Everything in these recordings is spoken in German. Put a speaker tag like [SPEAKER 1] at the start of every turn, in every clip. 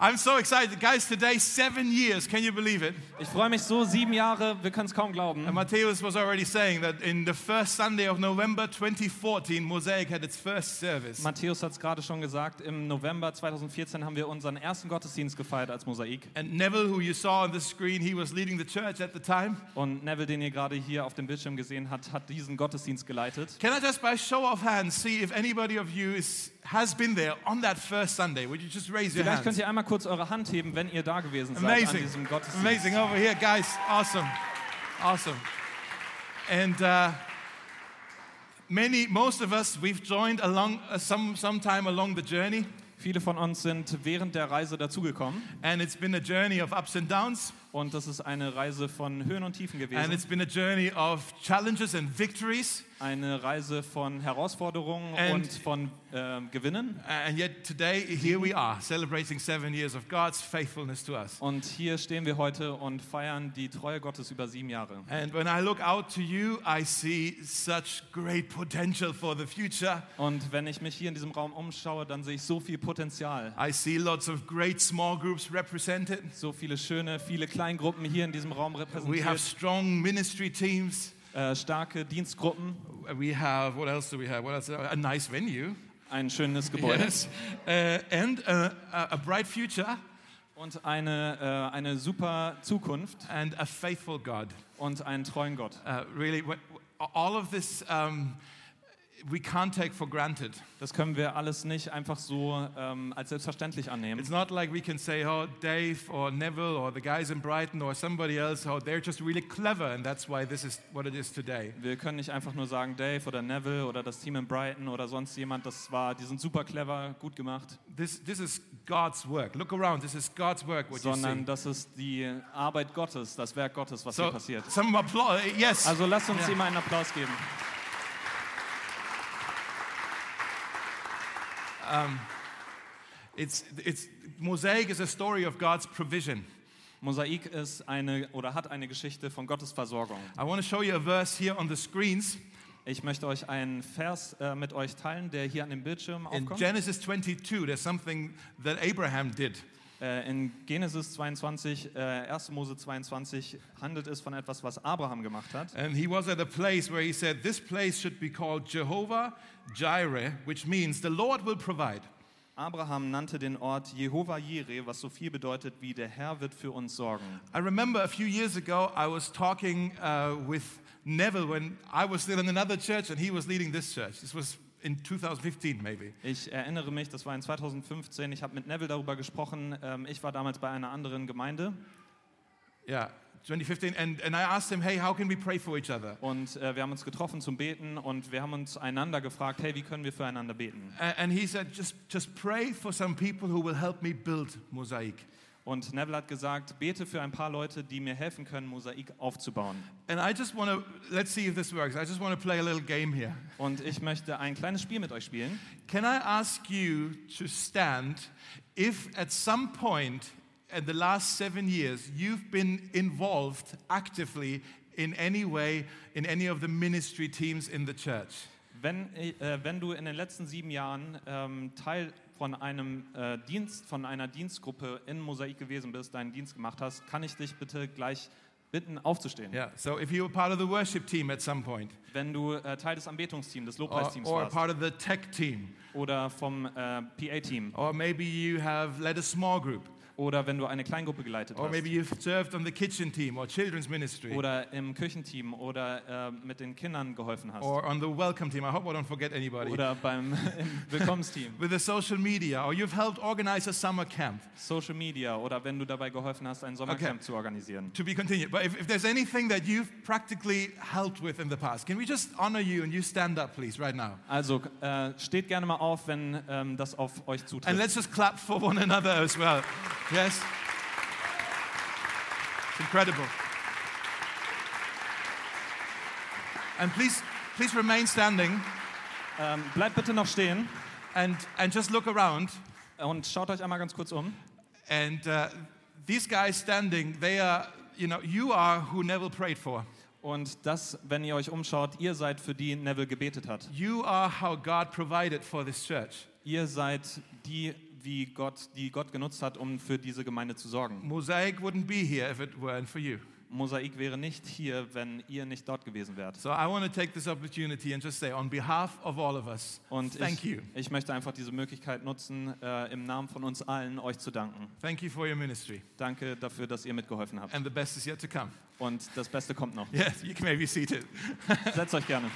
[SPEAKER 1] I'm so excited. Guys, today, seven years. Can you believe it?
[SPEAKER 2] Ich freue mich so, sieben Jahre, wir können es kaum glauben.
[SPEAKER 1] And Matthias was already saying that in the first Sunday of November 2014, Mosaic had its first service.
[SPEAKER 2] Matthäus hat es gerade schon gesagt, im November 2014 haben wir unseren ersten Gottesdienst gefeiert als Mosaik.
[SPEAKER 1] And Neville, who you saw on the screen, he was leading the church at the time.
[SPEAKER 2] Und Neville, den ihr gerade hier auf dem Bildschirm gesehen habt, hat diesen Gottesdienst geleitet.
[SPEAKER 1] Can I just, by show of hands, see if anybody of you is, has been there on that first Sunday? Would you just raise your
[SPEAKER 2] Vielleicht
[SPEAKER 1] hands?
[SPEAKER 2] könnt ihr einmal kurz eure Hand heben, wenn ihr da gewesen seid an
[SPEAKER 1] Amazing.
[SPEAKER 2] diesem Gottesdienst.
[SPEAKER 1] Amazing. Over here, guys. Awesome. Awesome. And uh, many, most of us, we've joined along uh, some, sometime along the journey.
[SPEAKER 2] Viele von uns sind während der Reise dazugekommen
[SPEAKER 1] And it's been a journey of ups and downs.
[SPEAKER 2] und das ist eine Reise von Höhen und Tiefen
[SPEAKER 1] And
[SPEAKER 2] gewesen,
[SPEAKER 1] it's been a journey of challenges and victories.
[SPEAKER 2] eine Reise von Herausforderungen
[SPEAKER 1] And-
[SPEAKER 2] und von ähm, Gewinnen.
[SPEAKER 1] And yet today, here we are, celebrating seven years of God's faithfulness to us.
[SPEAKER 2] Und hier stehen wir heute und feiern die Treue Gottes über sieben Jahre.
[SPEAKER 1] And when I look out to you, I see such great potential for the future.
[SPEAKER 2] Und wenn ich mich hier in diesem Raum umschaue, dann sehe ich so viel Potenzial.
[SPEAKER 1] I see lots of great small groups represented.
[SPEAKER 2] So viele schöne, viele Kleingruppen hier in diesem Raum
[SPEAKER 1] We have
[SPEAKER 2] repräsentiert,
[SPEAKER 1] strong ministry teams.
[SPEAKER 2] äh, starke Dienstgruppen,
[SPEAKER 1] We have, what else do we have? What else? A nice venue.
[SPEAKER 2] ein schönes Gebäude
[SPEAKER 1] Uh, and uh, a, a bright future
[SPEAKER 2] und eine, äh, eine super Zukunft
[SPEAKER 1] and a faithful God.
[SPEAKER 2] und einen treuen Gott.
[SPEAKER 1] Uh, really, wh- wh- all of this um, we can't take for granted.
[SPEAKER 2] Das können wir alles nicht einfach so ähm, als selbstverständlich annehmen.
[SPEAKER 1] It's not like we can say, oh, Dave or Neville or the guys in Brighton or somebody else, oh, they're just really clever and that's why this is what it is today.
[SPEAKER 2] Wir können nicht einfach nur sagen, Dave oder Neville oder das Team in Brighton oder sonst jemand, das war, die sind super clever, gut gemacht,
[SPEAKER 1] This, this is God's work. Look around, this is God's work, what you see.
[SPEAKER 2] sondern das ist die Arbeit Gottes, das Werk Gottes, was hier
[SPEAKER 1] So,
[SPEAKER 2] passiert.
[SPEAKER 1] some applause. Yes.
[SPEAKER 2] Also lasst uns
[SPEAKER 1] Ja.
[SPEAKER 2] ihm einen Applaus geben.
[SPEAKER 1] It's, it's, Mosaic is a story of God's provision.
[SPEAKER 2] Mosaik ist eine oder hat eine Geschichte von Gottes Versorgung.
[SPEAKER 1] I want to show you a verse here on the screens
[SPEAKER 2] Ich möchte euch einen Vers äh, mit euch teilen, der hier an dem Bildschirm
[SPEAKER 1] in
[SPEAKER 2] aufkommt.
[SPEAKER 1] Genesis 22. There's something that Abraham did.
[SPEAKER 2] äh, in Genesis 22, äh, 1. Mose 22 handelt es von etwas, was Abraham gemacht hat.
[SPEAKER 1] And he was at a place where he said, This place should be called Jehovah Jireh, which means the Lord will provide.
[SPEAKER 2] Abraham nannte den Ort Jehova Jireh, was so viel bedeutet wie der Herr wird für uns sorgen.
[SPEAKER 1] I remember a few years ago, I was talking uh, with Neville when I was still in another church and he was leading this church. This was in 2015, maybe.
[SPEAKER 2] Ich erinnere mich, das war in 2015. Ich habe mit Neville darüber gesprochen. Ähm, ich war damals bei einer anderen Gemeinde
[SPEAKER 1] Yeah, 2015. And, and I asked him, Hey, how can we pray for each other?
[SPEAKER 2] und äh, wir haben uns getroffen zum Beten und wir haben uns einander gefragt, hey, wie können wir füreinander beten?
[SPEAKER 1] A- And he said, just, just pray for some people who will help me build Mosaic.
[SPEAKER 2] Und Neville hat gesagt, bete für ein paar Leute, die mir helfen können, Mosaik aufzubauen.
[SPEAKER 1] And I just want to, let's see if this works. I just want to play a little game here.
[SPEAKER 2] Und ich möchte ein kleines Spiel mit euch spielen.
[SPEAKER 1] Can I ask you to stand if at some point in the last seven years you've been involved actively in any way in any of the ministry teams in the church?
[SPEAKER 2] Wenn, äh, wenn du in den letzten sieben Jahren ähm, Teil von einem äh, Dienst, von einer Dienstgruppe in Mosaik gewesen bist, deinen Dienst gemacht hast, kann ich dich bitte gleich bitten, aufzustehen.
[SPEAKER 1] Yeah, so if you were part of the worship team at some point,
[SPEAKER 2] Wenn du äh, Teil des Anbetungsteams, des
[SPEAKER 1] or,
[SPEAKER 2] Lobpreisteams
[SPEAKER 1] or
[SPEAKER 2] warst
[SPEAKER 1] part of the tech team,
[SPEAKER 2] oder vom äh, PA-Team
[SPEAKER 1] or maybe you have led a small group,
[SPEAKER 2] oder wenn du eine Kleingruppe geleitet
[SPEAKER 1] or
[SPEAKER 2] hast
[SPEAKER 1] Oh, maybe you've served on the kitchen team or children's ministry.
[SPEAKER 2] oder im Küchenteam oder äh, mit den Kindern geholfen hast.
[SPEAKER 1] or on the welcome team. I hope I don't forget anybody.
[SPEAKER 2] Oder beim im Willkommensteam,
[SPEAKER 1] With the social media, or you've helped organize a summer camp.
[SPEAKER 2] Social Media oder wenn du dabei geholfen hast, ein Sommercamp zu organisieren.
[SPEAKER 1] To be continued. But if, if there's anything that you've practically helped with in the past, can we just honor you and you stand up, please, right now?
[SPEAKER 2] Also äh, steht gerne mal auf, wenn ähm, das auf euch
[SPEAKER 1] And
[SPEAKER 2] zutrifft.
[SPEAKER 1] let's just clap for one another as well. Yes? It's incredible. And please, please remain standing
[SPEAKER 2] Ähm, bleibt bitte noch stehen
[SPEAKER 1] and, and just look around.
[SPEAKER 2] und schaut euch einmal ganz kurz um.
[SPEAKER 1] And uh, these guys standing, they are, you know, you are who Neville prayed for.
[SPEAKER 2] Und das, wenn ihr euch umschaut, ihr seid für die Neville gebetet hat.
[SPEAKER 1] You are how God provided for this church.
[SPEAKER 2] Ihr seid die, wie Gott, die Gott genutzt hat, um für diese Gemeinde zu sorgen.
[SPEAKER 1] Mosaic wouldn't be here if it weren't for you.
[SPEAKER 2] Mosaik wäre nicht hier, wenn ihr nicht dort gewesen wärt.
[SPEAKER 1] So I want to take this opportunity and just say, on behalf of all of us,
[SPEAKER 2] Und
[SPEAKER 1] thank
[SPEAKER 2] ich,
[SPEAKER 1] you.
[SPEAKER 2] ich möchte einfach diese Möglichkeit nutzen, äh, im Namen von uns allen euch zu danken.
[SPEAKER 1] Thank you for your ministry.
[SPEAKER 2] Danke dafür, dass ihr mitgeholfen habt.
[SPEAKER 1] And the best is yet to come.
[SPEAKER 2] Und das Beste kommt noch.
[SPEAKER 1] Yes, you can maybe see it.
[SPEAKER 2] Setzt euch gerne.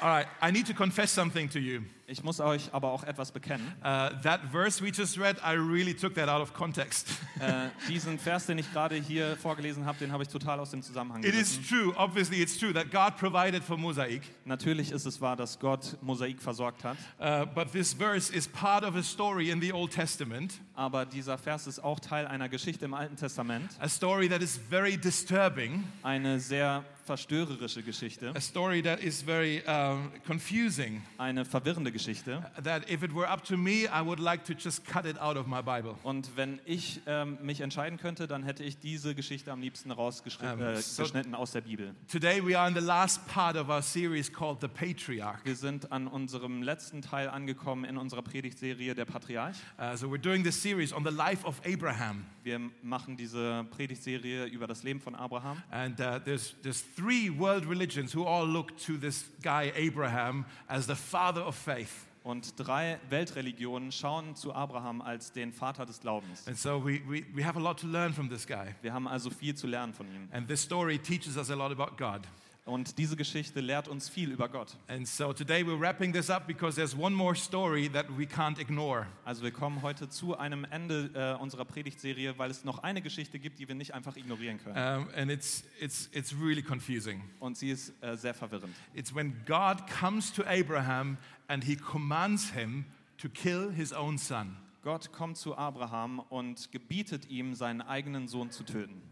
[SPEAKER 1] All right, I need to confess something to you.
[SPEAKER 2] Ich muss euch aber auch etwas bekennen.
[SPEAKER 1] Uh, that verse we just read, I really took that out of context.
[SPEAKER 2] Äh, diesen Vers, den ich gerade hier vorgelesen habe, den habe ich total aus dem Zusammenhang
[SPEAKER 1] it is
[SPEAKER 2] gerissen.
[SPEAKER 1] true, obviously, it's true that God provided for Mosaic,
[SPEAKER 2] Natürlich ist es wahr, dass Gott Mosaik versorgt hat,
[SPEAKER 1] uh, but this verse is part of a story in the Old Testament,
[SPEAKER 2] aber dieser Vers ist auch Teil einer Geschichte im Alten Testament.
[SPEAKER 1] a story that is very disturbing,
[SPEAKER 2] Eine sehr verstörerische Geschichte,
[SPEAKER 1] a story that is very um, confusing.
[SPEAKER 2] eine verwirrende Geschichte.
[SPEAKER 1] That if it were up to me, I would like to just cut it out of my Bible.
[SPEAKER 2] Und wenn ich ähm, mich entscheiden könnte, dann hätte ich diese Geschichte am liebsten rausgeschnitten
[SPEAKER 1] Ähm,
[SPEAKER 2] äh,
[SPEAKER 1] so-
[SPEAKER 2] geschnitten aus der Bibel.
[SPEAKER 1] Today, we are in the last part of our series called The Patriarch.
[SPEAKER 2] Wir sind an unserem letzten Teil angekommen in unserer Predigtserie Der Patriarch.
[SPEAKER 1] Uh, so we're doing this series on the life of Abraham,
[SPEAKER 2] Wir machen diese Predigtserie über das Leben von Abraham.
[SPEAKER 1] and uh, there's there's three world religions who all look to this guy Abraham as the father of faith.
[SPEAKER 2] Und drei Weltreligionen schauen zu Abraham als den Vater des Glaubens.
[SPEAKER 1] And so we, we, we have a lot to learn from this guy.
[SPEAKER 2] Wir haben also viel zu lernen von ihm.
[SPEAKER 1] And this story teaches us a lot about God.
[SPEAKER 2] Und diese Geschichte lehrt uns viel über Gott.
[SPEAKER 1] And so today we're wrapping this up because there's one more story that we can't ignore.
[SPEAKER 2] Also wir kommen heute zu einem Ende äh, unserer Predigtserie, weil es noch eine Geschichte gibt, die wir nicht einfach ignorieren können.
[SPEAKER 1] Um, and it's, it's, it's really confusing.
[SPEAKER 2] Und sie ist äh, sehr verwirrend.
[SPEAKER 1] It's when God comes to Abraham and he commands him to kill his own son.
[SPEAKER 2] Gott kommt zu Abraham und gebietet ihm, seinen eigenen Sohn zu töten.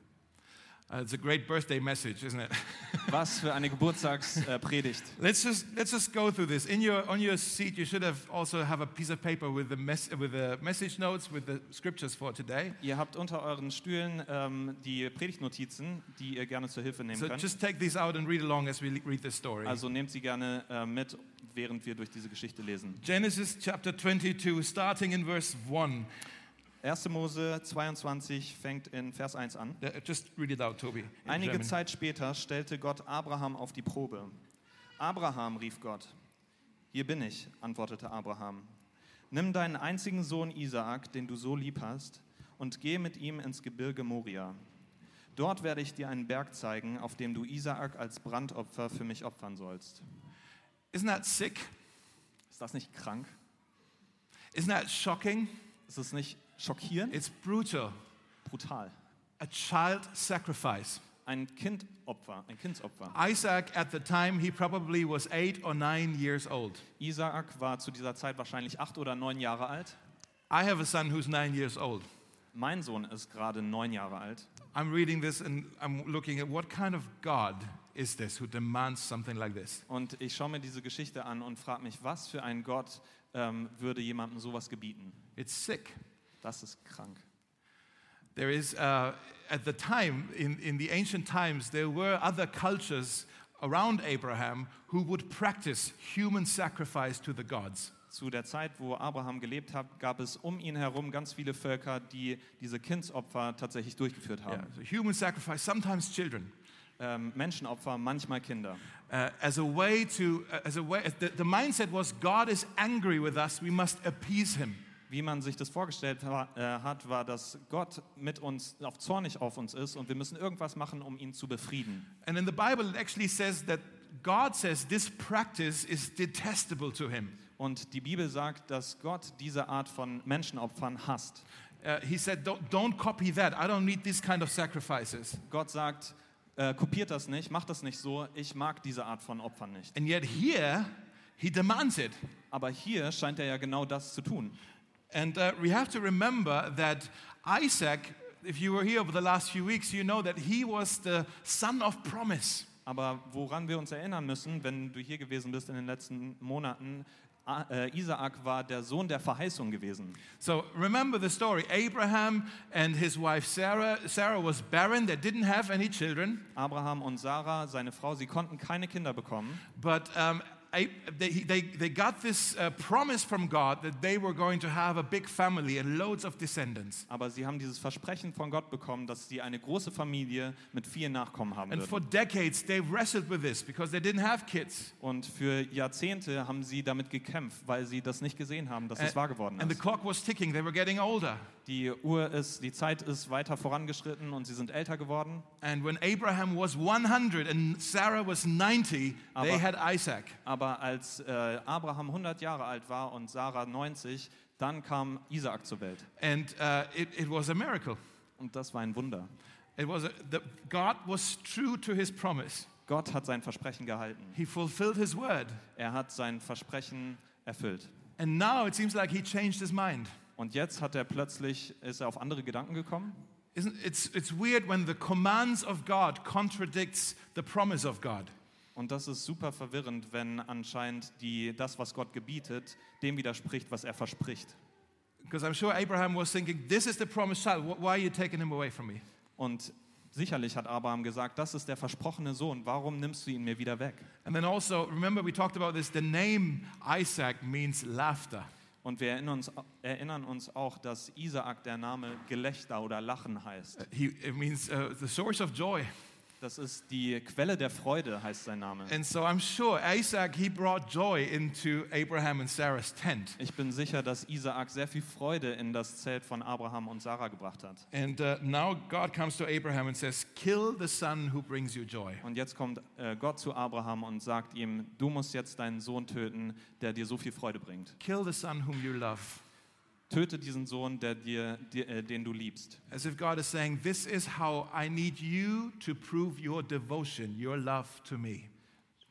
[SPEAKER 1] Uh, it's a great birthday message, isn't it?
[SPEAKER 2] Was für eine Geburtstagspredigt. Äh, Predigt.
[SPEAKER 1] Let's just let's just go through this. In your on your seat, you should have also have a piece of paper with the mess, with the message notes with the scriptures for today.
[SPEAKER 2] ihr habt unter euren Stühlen ähm, die Predigtnotizen, die ihr gerne zur Hilfe nehmen
[SPEAKER 1] So
[SPEAKER 2] könnt.
[SPEAKER 1] just take these out and read along as we le- read this story.
[SPEAKER 2] Also nehmt sie gerne äh, mit, während wir durch diese Geschichte lesen.
[SPEAKER 1] Genesis chapter 22, starting in verse 1.
[SPEAKER 2] 1. Mose 22 fängt in Vers 1 an.
[SPEAKER 1] Uh, Just read it out, Toby. in
[SPEAKER 2] Einige
[SPEAKER 1] German.
[SPEAKER 2] Zeit später stellte Gott Abraham auf die Probe. Abraham, rief Gott. Hier bin ich, antwortete Abraham. Nimm deinen einzigen Sohn Isaak, den du so lieb hast, und geh mit ihm ins Gebirge Moria. Dort werde ich dir einen Berg zeigen, auf dem du Isaak als Brandopfer für mich opfern sollst.
[SPEAKER 1] Isn't that sick?
[SPEAKER 2] Ist das nicht krank?
[SPEAKER 1] Isn't that shocking?
[SPEAKER 2] Ist es nicht schockierend?
[SPEAKER 1] It's brutal.
[SPEAKER 2] Brutal.
[SPEAKER 1] A child sacrifice.
[SPEAKER 2] Ein Kindopfer, ein Kindsopfer.
[SPEAKER 1] Isaac, at the time, he probably was eight or nine years old.
[SPEAKER 2] Isaak war zu dieser Zeit wahrscheinlich acht oder neun Jahre alt.
[SPEAKER 1] I have a son who's nine years old.
[SPEAKER 2] Mein Sohn ist gerade neun Jahre alt.
[SPEAKER 1] I'm reading this and I'm looking at what kind of God is this who demands something like this?
[SPEAKER 2] Und ich schaue mir diese Geschichte an und frage mich, was für ein Gott ähm, würde jemandem sowas gebieten?
[SPEAKER 1] It's sick.
[SPEAKER 2] Das ist krank.
[SPEAKER 1] There is, uh, at the time, in, in the ancient times, there were other cultures around Abraham who would practice human sacrifice to the gods.
[SPEAKER 2] Zu der Zeit, wo Abraham gelebt hat, gab es um ihn herum ganz viele Völker, die diese Kindsopfer tatsächlich durchgeführt
[SPEAKER 1] Yeah,
[SPEAKER 2] haben.
[SPEAKER 1] so Um, human sacrifice, sometimes children,
[SPEAKER 2] Ähm, Menschenopfer, manchmal Kinder.
[SPEAKER 1] uh, as a way to, uh, as a way, the, the mindset was God is angry with us, we must appease him.
[SPEAKER 2] Wie man sich das vorgestellt ha äh, hat, war, dass Gott mit uns auf zornig auf uns ist und wir müssen irgendwas machen, um ihn zu befrieden.
[SPEAKER 1] And in the Bible, it actually says that God says this practice is detestable to him.
[SPEAKER 2] Und die Bibel sagt, dass Gott diese Art von Menschenopfern hasst.
[SPEAKER 1] Uh, he said, don't, don't copy that. I don't need these kind of sacrifices.
[SPEAKER 2] Gott sagt, äh, kopiert das nicht, macht das nicht so, ich mag diese Art von Opfern nicht.
[SPEAKER 1] And yet here, he demands it.
[SPEAKER 2] Aber hier scheint er ja genau das zu tun.
[SPEAKER 1] And uh, we have to remember that Isaac, if you were here over the last few weeks, you know that he was the son of promise.
[SPEAKER 2] Aber woran wir uns erinnern müssen, wenn du hier gewesen bist in den letzten Monaten, A- äh, Isaak war der Sohn der Verheißung gewesen.
[SPEAKER 1] So remember the story. Abraham and his wife Sarah. Sarah was barren, they didn't have any children.
[SPEAKER 2] Abraham und Sarah, seine Frau, sie konnten keine Kinder bekommen.
[SPEAKER 1] But um, I, they, they, they got this uh, promise from God that they were going to have a big family and loads of descendants.
[SPEAKER 2] Aber sie haben dieses Versprechen von Gott bekommen, dass sie eine große Familie mit vielen Nachkommen haben
[SPEAKER 1] And
[SPEAKER 2] würden.
[SPEAKER 1] for decades, they wrestled with this because they didn't have kids.
[SPEAKER 2] Und für Jahrzehnte haben sie damit gekämpft, weil sie das nicht gesehen haben, dass es wahr geworden
[SPEAKER 1] And the
[SPEAKER 2] ist.
[SPEAKER 1] clock was ticking, they were getting older.
[SPEAKER 2] Die Uhr ist, die Zeit ist weiter vorangeschritten und sie sind älter geworden.
[SPEAKER 1] And when Abraham was 100 and Sarah was 90, they
[SPEAKER 2] Aber-
[SPEAKER 1] had Isaac.
[SPEAKER 2] Aber als äh, Abraham 100 Jahre alt war und Sarah 90, dann kam Isaak zur Welt.
[SPEAKER 1] And uh, it, it was a miracle.
[SPEAKER 2] Und das war ein Wunder.
[SPEAKER 1] It was a, the, God was true to his promise.
[SPEAKER 2] Gott hat sein Versprechen gehalten.
[SPEAKER 1] He fulfilled his word.
[SPEAKER 2] Er hat sein Versprechen erfüllt.
[SPEAKER 1] And now it seems like he changed his mind.
[SPEAKER 2] Und jetzt hat er plötzlich, ist er auf andere Gedanken gekommen.
[SPEAKER 1] Isn't, it's, it's weird when the commands of God contradicts the promise of God.
[SPEAKER 2] Und das ist super verwirrend, wenn anscheinend die, das, was Gott gebietet, dem widerspricht, was er verspricht.
[SPEAKER 1] Because I'm sure Abraham was thinking, this is the promised child. Wh- Why are you taking him away from me?
[SPEAKER 2] Und sicherlich hat Abraham gesagt, das ist der versprochene Sohn, warum nimmst du ihn mir wieder weg?
[SPEAKER 1] And then also, remember we talked about this, the name Isaac means laughter.
[SPEAKER 2] Und wir erinnern uns, erinnern uns auch, dass Isaak der Name Gelächter oder Lachen heißt.
[SPEAKER 1] He, it means uh, the source of joy.
[SPEAKER 2] Das ist die Quelle der Freude, heißt sein Name.
[SPEAKER 1] And so I'm sure Isaac, he brought joy into Abraham and Sarah's tent.
[SPEAKER 2] Ich bin sicher, dass Isaak sehr viel Freude in das Zelt von Abraham und Sarah gebracht hat.
[SPEAKER 1] And uh, now God comes to Abraham and says, Kill the son who brings you joy.
[SPEAKER 2] Und jetzt kommt äh, Gott zu Abraham und sagt ihm, du musst jetzt deinen Sohn töten, der dir so viel Freude bringt.
[SPEAKER 1] Kill the son whom you love.
[SPEAKER 2] Töte diesen Sohn, der dir, dir, äh, den du liebst.
[SPEAKER 1] As if God is saying, This is how I need you to prove your devotion, your love to me.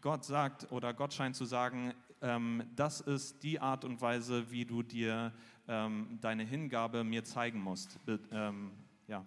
[SPEAKER 2] Gott sagt oder Gott scheint zu sagen, ähm, das ist die Art und Weise, wie du dir ähm, deine Hingabe mir zeigen musst. Be ähm, ja,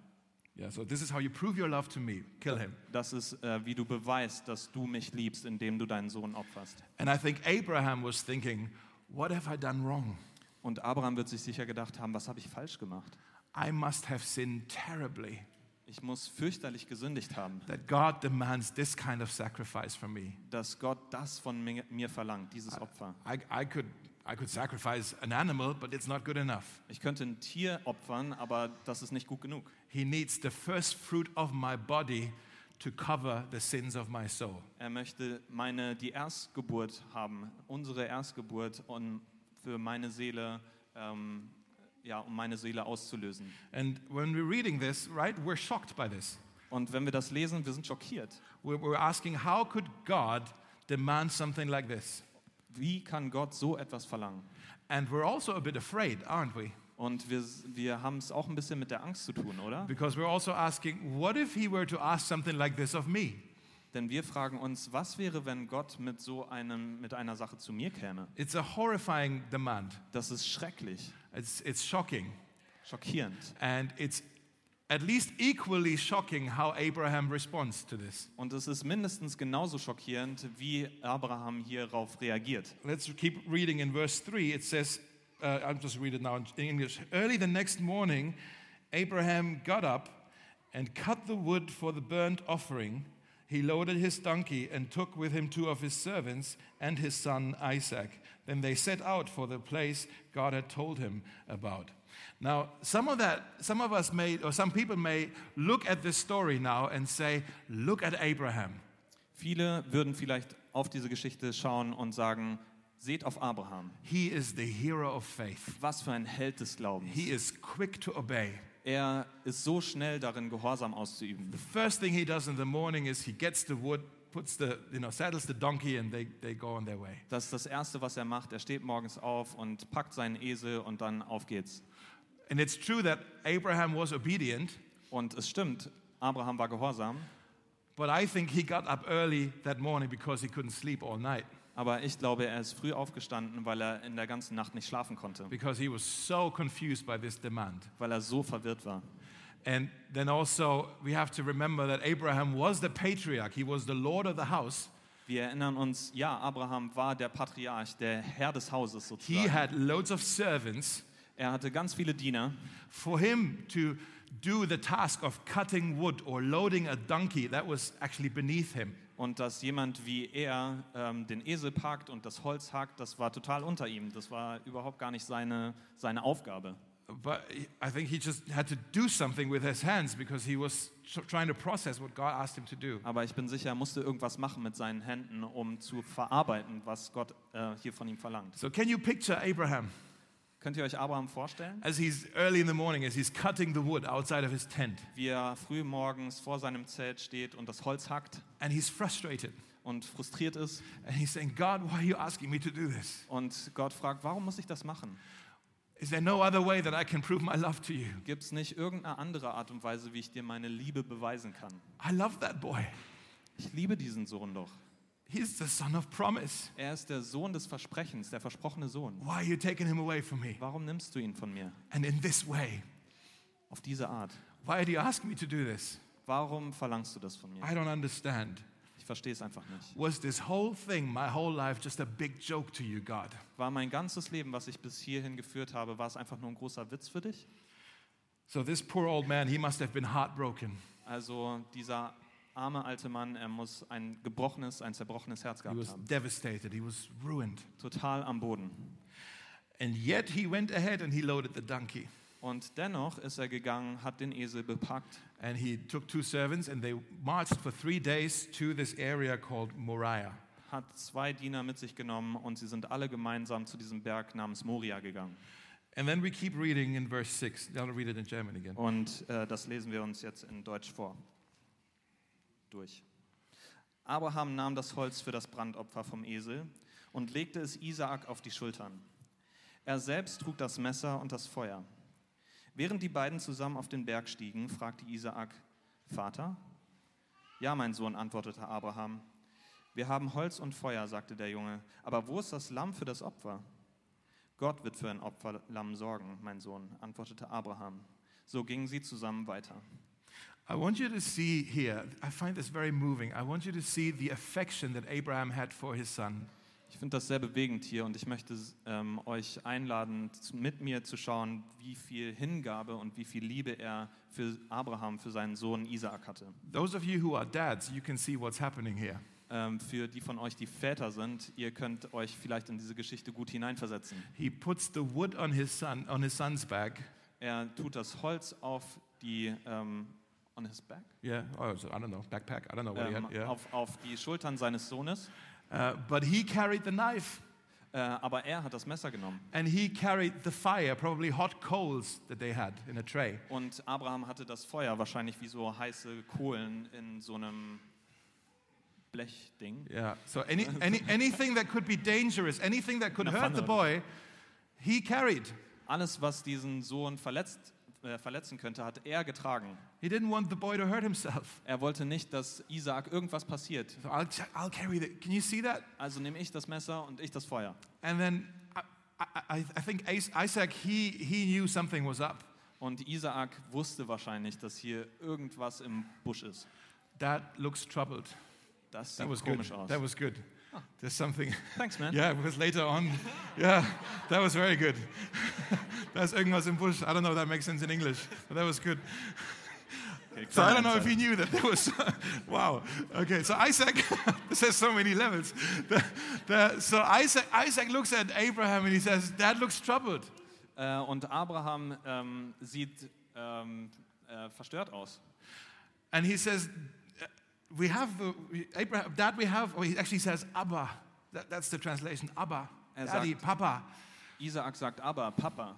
[SPEAKER 1] Yeah, so this is how you prove your love to me. Kill him.
[SPEAKER 2] das ist, äh, wie du beweist, dass du mich liebst, indem du deinen Sohn opferst.
[SPEAKER 1] And I think Abraham was thinking, What have I done wrong?
[SPEAKER 2] Und Abraham wird sich sicher gedacht haben, was habe ich falsch gemacht?
[SPEAKER 1] I must have sinned terribly
[SPEAKER 2] Ich muss fürchterlich gesündigt haben,
[SPEAKER 1] that God demands this kind of sacrifice from me.
[SPEAKER 2] dass Gott das von mir, mir verlangt, dieses Opfer.
[SPEAKER 1] I, I, could, I could sacrifice an animal, but it's not good enough.
[SPEAKER 2] Ich könnte ein Tier opfern, aber das ist nicht gut genug.
[SPEAKER 1] He needs the first fruit of my body to cover the sins of my soul.
[SPEAKER 2] Er möchte meine, die Erstgeburt haben, unsere Erstgeburt, um für meine Seele, ähm, ja, um meine Seele auszulösen.
[SPEAKER 1] And when we're reading this, right, we're shocked by this.
[SPEAKER 2] Und wenn wir das lesen, wir sind schockiert.
[SPEAKER 1] We're, we're asking, how could God demand something like this?
[SPEAKER 2] Wie kann Gott so etwas verlangen?
[SPEAKER 1] And we're also a bit afraid, aren't we?
[SPEAKER 2] Und wir, wir haben es auch ein bisschen mit der Angst zu tun, oder?
[SPEAKER 1] Because we're also asking, what if he were to ask something like this of me?
[SPEAKER 2] Denn wir fragen uns, was wäre, wenn Gott mit so einem, mit einer Sache zu mir käme?
[SPEAKER 1] It's a horrifying demand.
[SPEAKER 2] Das ist schrecklich,
[SPEAKER 1] It's, it's shocking.
[SPEAKER 2] schockierend.
[SPEAKER 1] And it's at least equally shocking how Abraham responds to this.
[SPEAKER 2] Und es ist mindestens genauso schockierend, wie Abraham hierauf reagiert.
[SPEAKER 1] Let's keep reading in verse 3. It says, uh, I'll just read it now in English. Early the next morning, Abraham got up and cut the wood for the burnt offering. He loaded his donkey and took with him two of his servants and his son Isaac. Then they set out for the place God had told him about. Now, some of that, some of us may, or some people may look at this story now and say, look at Abraham.
[SPEAKER 2] Viele würden vielleicht auf diese Geschichte schauen und sagen, seht auf Abraham,
[SPEAKER 1] He is the hero of faith.
[SPEAKER 2] was für ein Held des Glaubens.
[SPEAKER 1] He is quick to obey.
[SPEAKER 2] Er ist so schnell darin, Gehorsam auszuüben.
[SPEAKER 1] First thing he does in the morning is he gets the wood, puts the, you know, saddles the donkey, and they, they go on their way.
[SPEAKER 2] Das ist das Erste, was er macht. Er steht morgens auf und packt seinen Esel und dann auf geht's.
[SPEAKER 1] And it's true that Abraham was obedient,
[SPEAKER 2] Und es stimmt, Abraham war gehorsam,
[SPEAKER 1] but I think he got up early that morning because he couldn't sleep all night,
[SPEAKER 2] aber ich glaube, er ist früh aufgestanden, weil er in der ganzen Nacht nicht schlafen konnte,
[SPEAKER 1] because he was so confused by this demand.
[SPEAKER 2] weil er so verwirrt war.
[SPEAKER 1] And then also, we have to remember that Abraham was the patriarch, he was the lord of the house.
[SPEAKER 2] Wir erinnern uns, ja, Abraham war der Patriarch, der Herr des Hauses
[SPEAKER 1] He
[SPEAKER 2] sozusagen.
[SPEAKER 1] had loads of servants.
[SPEAKER 2] Er hatte ganz viele Diener.
[SPEAKER 1] For him to do the task of cutting wood or loading a donkey, that was actually beneath him.
[SPEAKER 2] Und dass jemand wie er ähm, den Esel packt und das Holz hackt, das war total unter ihm. Das war überhaupt gar nicht seine, seine Aufgabe.
[SPEAKER 1] But I think he just had to do something with his hands because he was tr- trying to process what God asked him to do.
[SPEAKER 2] Aber ich bin sicher, er musste irgendwas machen mit seinen Händen, um zu verarbeiten, was Gott äh, hier von ihm verlangt.
[SPEAKER 1] So, can you picture Abraham
[SPEAKER 2] Könnt ihr euch Abraham vorstellen?
[SPEAKER 1] as he's early in the morning, as he's cutting the wood outside of his tent,
[SPEAKER 2] Wie er früh morgens vor seinem Zelt steht und das Holz hackt
[SPEAKER 1] and he's frustrated,
[SPEAKER 2] und frustriert ist.
[SPEAKER 1] and he's saying, God, why are you asking me to do this?
[SPEAKER 2] Und Gott fragt, warum muss ich das machen?
[SPEAKER 1] Is there no other way that I can prove my love to you?
[SPEAKER 2] Gibt es nicht irgendeine andere Art und Weise, wie ich dir meine Liebe beweisen kann?
[SPEAKER 1] I love that boy.
[SPEAKER 2] Ich liebe diesen Sohn doch.
[SPEAKER 1] He's the son of promise.
[SPEAKER 2] Er ist der Sohn des Versprechens, der versprochene Sohn.
[SPEAKER 1] Why are you taking him away from me?
[SPEAKER 2] Warum nimmst du ihn von mir?
[SPEAKER 1] And in this way,
[SPEAKER 2] Auf diese Art.
[SPEAKER 1] why do you ask me to do this?
[SPEAKER 2] Warum verlangst du das von mir?
[SPEAKER 1] I don't understand.
[SPEAKER 2] Ich verstehe es einfach nicht.
[SPEAKER 1] Was this whole thing, my whole life, just a big joke to you, God?
[SPEAKER 2] War mein ganzes Leben, was ich bis hierhin geführt habe, war es einfach nur ein großer Witz für dich?
[SPEAKER 1] So, this poor old man, he must have been heartbroken.
[SPEAKER 2] Also dieser arme alte Mann, er muss ein gebrochenes, ein zerbrochenes Herz
[SPEAKER 1] He
[SPEAKER 2] gehabt
[SPEAKER 1] was
[SPEAKER 2] haben.
[SPEAKER 1] devastated. He was ruined.
[SPEAKER 2] Total am Boden.
[SPEAKER 1] And yet he went ahead and he loaded the donkey.
[SPEAKER 2] Und dennoch ist er gegangen, hat den Esel bepackt
[SPEAKER 1] And he took two servants and they marched for three days to this area called Moriah.
[SPEAKER 2] hat zwei Diener mit sich genommen und sie sind alle gemeinsam zu diesem Berg namens Moria gegangen.
[SPEAKER 1] And then we keep reading in verse 6. I'll read it in German again.
[SPEAKER 2] Und äh, das lesen wir uns jetzt in Deutsch vor. Durch. Abraham nahm das Holz für das Brandopfer vom Esel und legte es Isaak auf die Schultern. Er selbst trug das Messer und das Feuer. Während die beiden zusammen auf den Berg stiegen, fragte Isaak: Vater? Ja, mein Sohn, antwortete Abraham. Wir haben Holz und Feuer, sagte der Junge. Aber wo ist das Lamm für das Opfer? Gott wird für ein Opferlamm sorgen, mein Sohn, antwortete Abraham. So gingen sie zusammen weiter.
[SPEAKER 1] I want you to see here, I find this very moving. I want you to see the affection that Abraham had for his son.
[SPEAKER 2] Ich finde das sehr bewegend hier und ich möchte ähm, euch einladen, z- mit mir zu schauen, wie viel Hingabe und wie viel Liebe er für Abraham, für seinen Sohn Isaak hatte.
[SPEAKER 1] Those of you who are dads, you can see what's happening here.
[SPEAKER 2] Ähm, für die von euch, die Väter sind, ihr könnt euch vielleicht in diese Geschichte gut hineinversetzen.
[SPEAKER 1] He puts the wood on his son on his son's back.
[SPEAKER 2] Er tut das Holz auf die ähm, on his back,
[SPEAKER 1] Yeah, oh, so I don't know, backpack. I don't know what he had.
[SPEAKER 2] ähm,
[SPEAKER 1] Yeah.
[SPEAKER 2] auf, auf die Schultern seines Sohnes,
[SPEAKER 1] Uh, but he carried the knife
[SPEAKER 2] äh, aber er hat das Messer genommen.
[SPEAKER 1] and he carried the fire, probably hot coals that they had in a tray.
[SPEAKER 2] Und Abraham hatte das Feuer wahrscheinlich wie so heiße Kohlen in so einem Blechding.
[SPEAKER 1] Yeah. So any, any anything that could be dangerous, anything that could hurt the boy, he carried.
[SPEAKER 2] Alles, was diesen Sohn verletzt, äh, verletzen könnte, hat er getragen.
[SPEAKER 1] He didn't want the boy to hurt himself.
[SPEAKER 2] Er wollte nicht, dass Isaak irgendwas passiert.
[SPEAKER 1] So I'll, I'll carry the. Can you see that?
[SPEAKER 2] Also nehme ich das Messer und ich das Feuer.
[SPEAKER 1] And then I, I- I, I think Is- Isaac, he, he knew something was up.
[SPEAKER 2] Und Isaak wusste wahrscheinlich, dass hier irgendwas im Busch ist.
[SPEAKER 1] Dad looks troubled.
[SPEAKER 2] Das
[SPEAKER 1] That
[SPEAKER 2] sieht
[SPEAKER 1] was good.
[SPEAKER 2] komisch aus.
[SPEAKER 1] That was good. There's something.
[SPEAKER 2] Thanks, man.
[SPEAKER 1] Yeah, because later on, yeah, that was very good. That's irgendwas im Busch. I don't know if that makes sense in English, but that was good.
[SPEAKER 2] Okay,
[SPEAKER 1] So I
[SPEAKER 2] kleiner
[SPEAKER 1] don't know if
[SPEAKER 2] Insider.
[SPEAKER 1] he knew that there was. wow. Okay. So Isaac, this has so many levels. The- the- so Isaac, Isaac looks at Abraham and he says, "Dad looks troubled."
[SPEAKER 2] Äh, und Abraham ähm, sieht ähm, äh, verstört aus.
[SPEAKER 1] And he says, uh, "We have the we, Abraham. Dad, we have." Or he actually says, "Abba." That, that's the translation. Abba.
[SPEAKER 2] Er
[SPEAKER 1] Daddy,
[SPEAKER 2] sagt-
[SPEAKER 1] Papa.
[SPEAKER 2] Isaak sagt aber, Papa.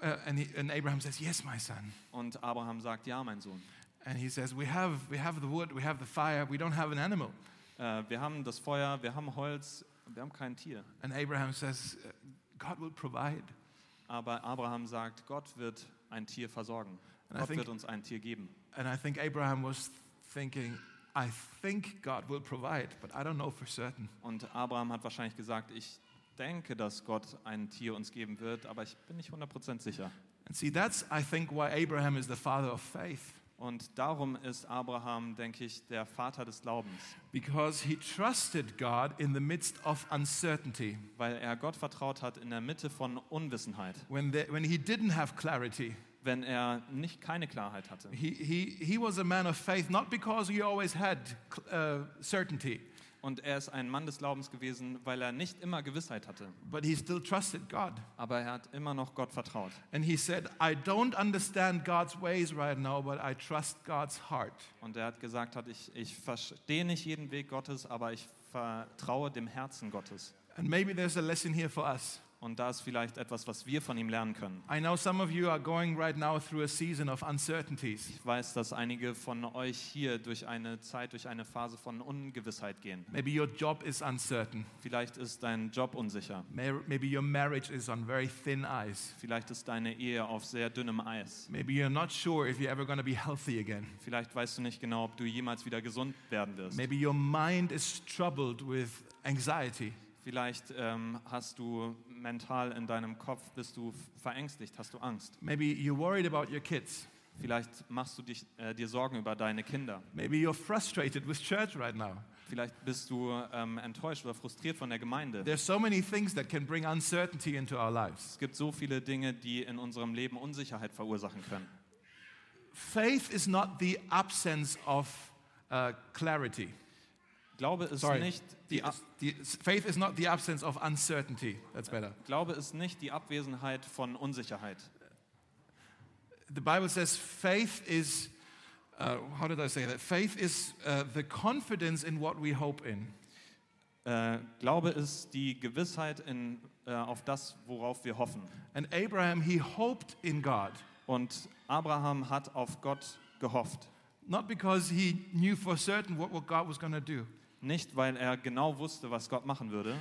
[SPEAKER 1] Uh, and, he, and Abraham says, "Yes, my son."
[SPEAKER 2] Und Abraham sagt, ja, mein Sohn.
[SPEAKER 1] And he says, "We have we have the wood. We have the fire. We don't have an animal."
[SPEAKER 2] Äh, wir haben das Feuer, wir haben Holz, wir haben kein Tier.
[SPEAKER 1] And Abraham says, "Uh, "God will provide."
[SPEAKER 2] Aber Abraham sagt, Gott wird ein Tier versorgen.
[SPEAKER 1] And I
[SPEAKER 2] Gott
[SPEAKER 1] think-
[SPEAKER 2] wird uns ein Tier geben.
[SPEAKER 1] And I think Abraham was thinking, I think God will provide, but I don't know for certain.
[SPEAKER 2] Und Abraham hat wahrscheinlich gesagt, ich denke, dass Gott ein Tier uns geben wird, aber ich bin nicht 100% sicher.
[SPEAKER 1] And see, that's, I think, why Abraham is the father of faith,
[SPEAKER 2] Und darum ist Abraham, denke ich, der Vater des Glaubens,
[SPEAKER 1] because he trusted God in the midst of uncertainty,
[SPEAKER 2] weil er Gott vertraut hat in der Mitte von Unwissenheit.
[SPEAKER 1] when, the, when he didn't have clarity.
[SPEAKER 2] Wenn wenn er nicht keine Klarheit hatte.
[SPEAKER 1] He, he, he was a man of faith, not because he always had uh, certainty,
[SPEAKER 2] Und er ist ein Mann des Glaubens gewesen, weil er nicht immer Gewissheit hatte.
[SPEAKER 1] but he still trusted God.
[SPEAKER 2] Aber er hat immer noch Gott vertraut.
[SPEAKER 1] And he said, I don't understand God's ways right now, but I trust God's heart.
[SPEAKER 2] Und er hat gesagt, hat, ich, ich verstehe nicht jeden Weg Gottes, aber ich vertraue dem Herzen Gottes.
[SPEAKER 1] And maybe there's a lesson here for us.
[SPEAKER 2] Und da ist vielleicht etwas, was wir von ihm lernen können.
[SPEAKER 1] I know some of you are going right now through a season of uncertainties.
[SPEAKER 2] Ich weiß, dass einige von euch hier durch eine Zeit, durch eine Phase von Ungewissheit gehen.
[SPEAKER 1] Maybe your job is uncertain.
[SPEAKER 2] Vielleicht ist dein Job unsicher.
[SPEAKER 1] May- Maybe your marriage is on very thin ice.
[SPEAKER 2] Vielleicht ist deine Ehe auf sehr dünnem Eis.
[SPEAKER 1] Maybe you're not sure if you're ever going to be healthy again.
[SPEAKER 2] Vielleicht weißt du nicht genau, ob du jemals wieder gesund werden wirst.
[SPEAKER 1] Maybe your mind is troubled with anxiety.
[SPEAKER 2] Vielleicht ähm, hast du mental in deinem Kopf, bist du verängstigt, hast du Angst.
[SPEAKER 1] Maybe you're worried about your kids.
[SPEAKER 2] Vielleicht machst du dich, äh, dir Sorgen über deine Kinder.
[SPEAKER 1] Maybe you're frustrated with church right now.
[SPEAKER 2] Vielleicht bist du ähm, enttäuscht oder frustriert von der Gemeinde.
[SPEAKER 1] There's so many things that can bring uncertainty into our lives.
[SPEAKER 2] Es gibt so viele Dinge, die in unserem Leben Unsicherheit verursachen können.
[SPEAKER 1] Faith is not the absence of uh, clarity.
[SPEAKER 2] Glaube ist
[SPEAKER 1] Sorry.
[SPEAKER 2] nicht
[SPEAKER 1] The,
[SPEAKER 2] die
[SPEAKER 1] uh,
[SPEAKER 2] Ab-
[SPEAKER 1] the, faith is not the absence of uncertainty. That's better.
[SPEAKER 2] Glaube ist nicht die Abwesenheit von Unsicherheit.
[SPEAKER 1] The Bible says faith is, uh, how did I say that? Faith is uh, the confidence in what we hope in.
[SPEAKER 2] Äh, Glaube ist die Gewissheit in, äh, auf das, worauf wir hoffen.
[SPEAKER 1] And Abraham, he hoped in God,
[SPEAKER 2] Und Abraham hat auf Gott gehofft.
[SPEAKER 1] not because he knew for certain what, what God was going to do.
[SPEAKER 2] Nicht, weil er genau wusste, was Gott machen würde.